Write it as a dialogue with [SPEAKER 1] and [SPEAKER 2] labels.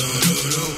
[SPEAKER 1] Hello.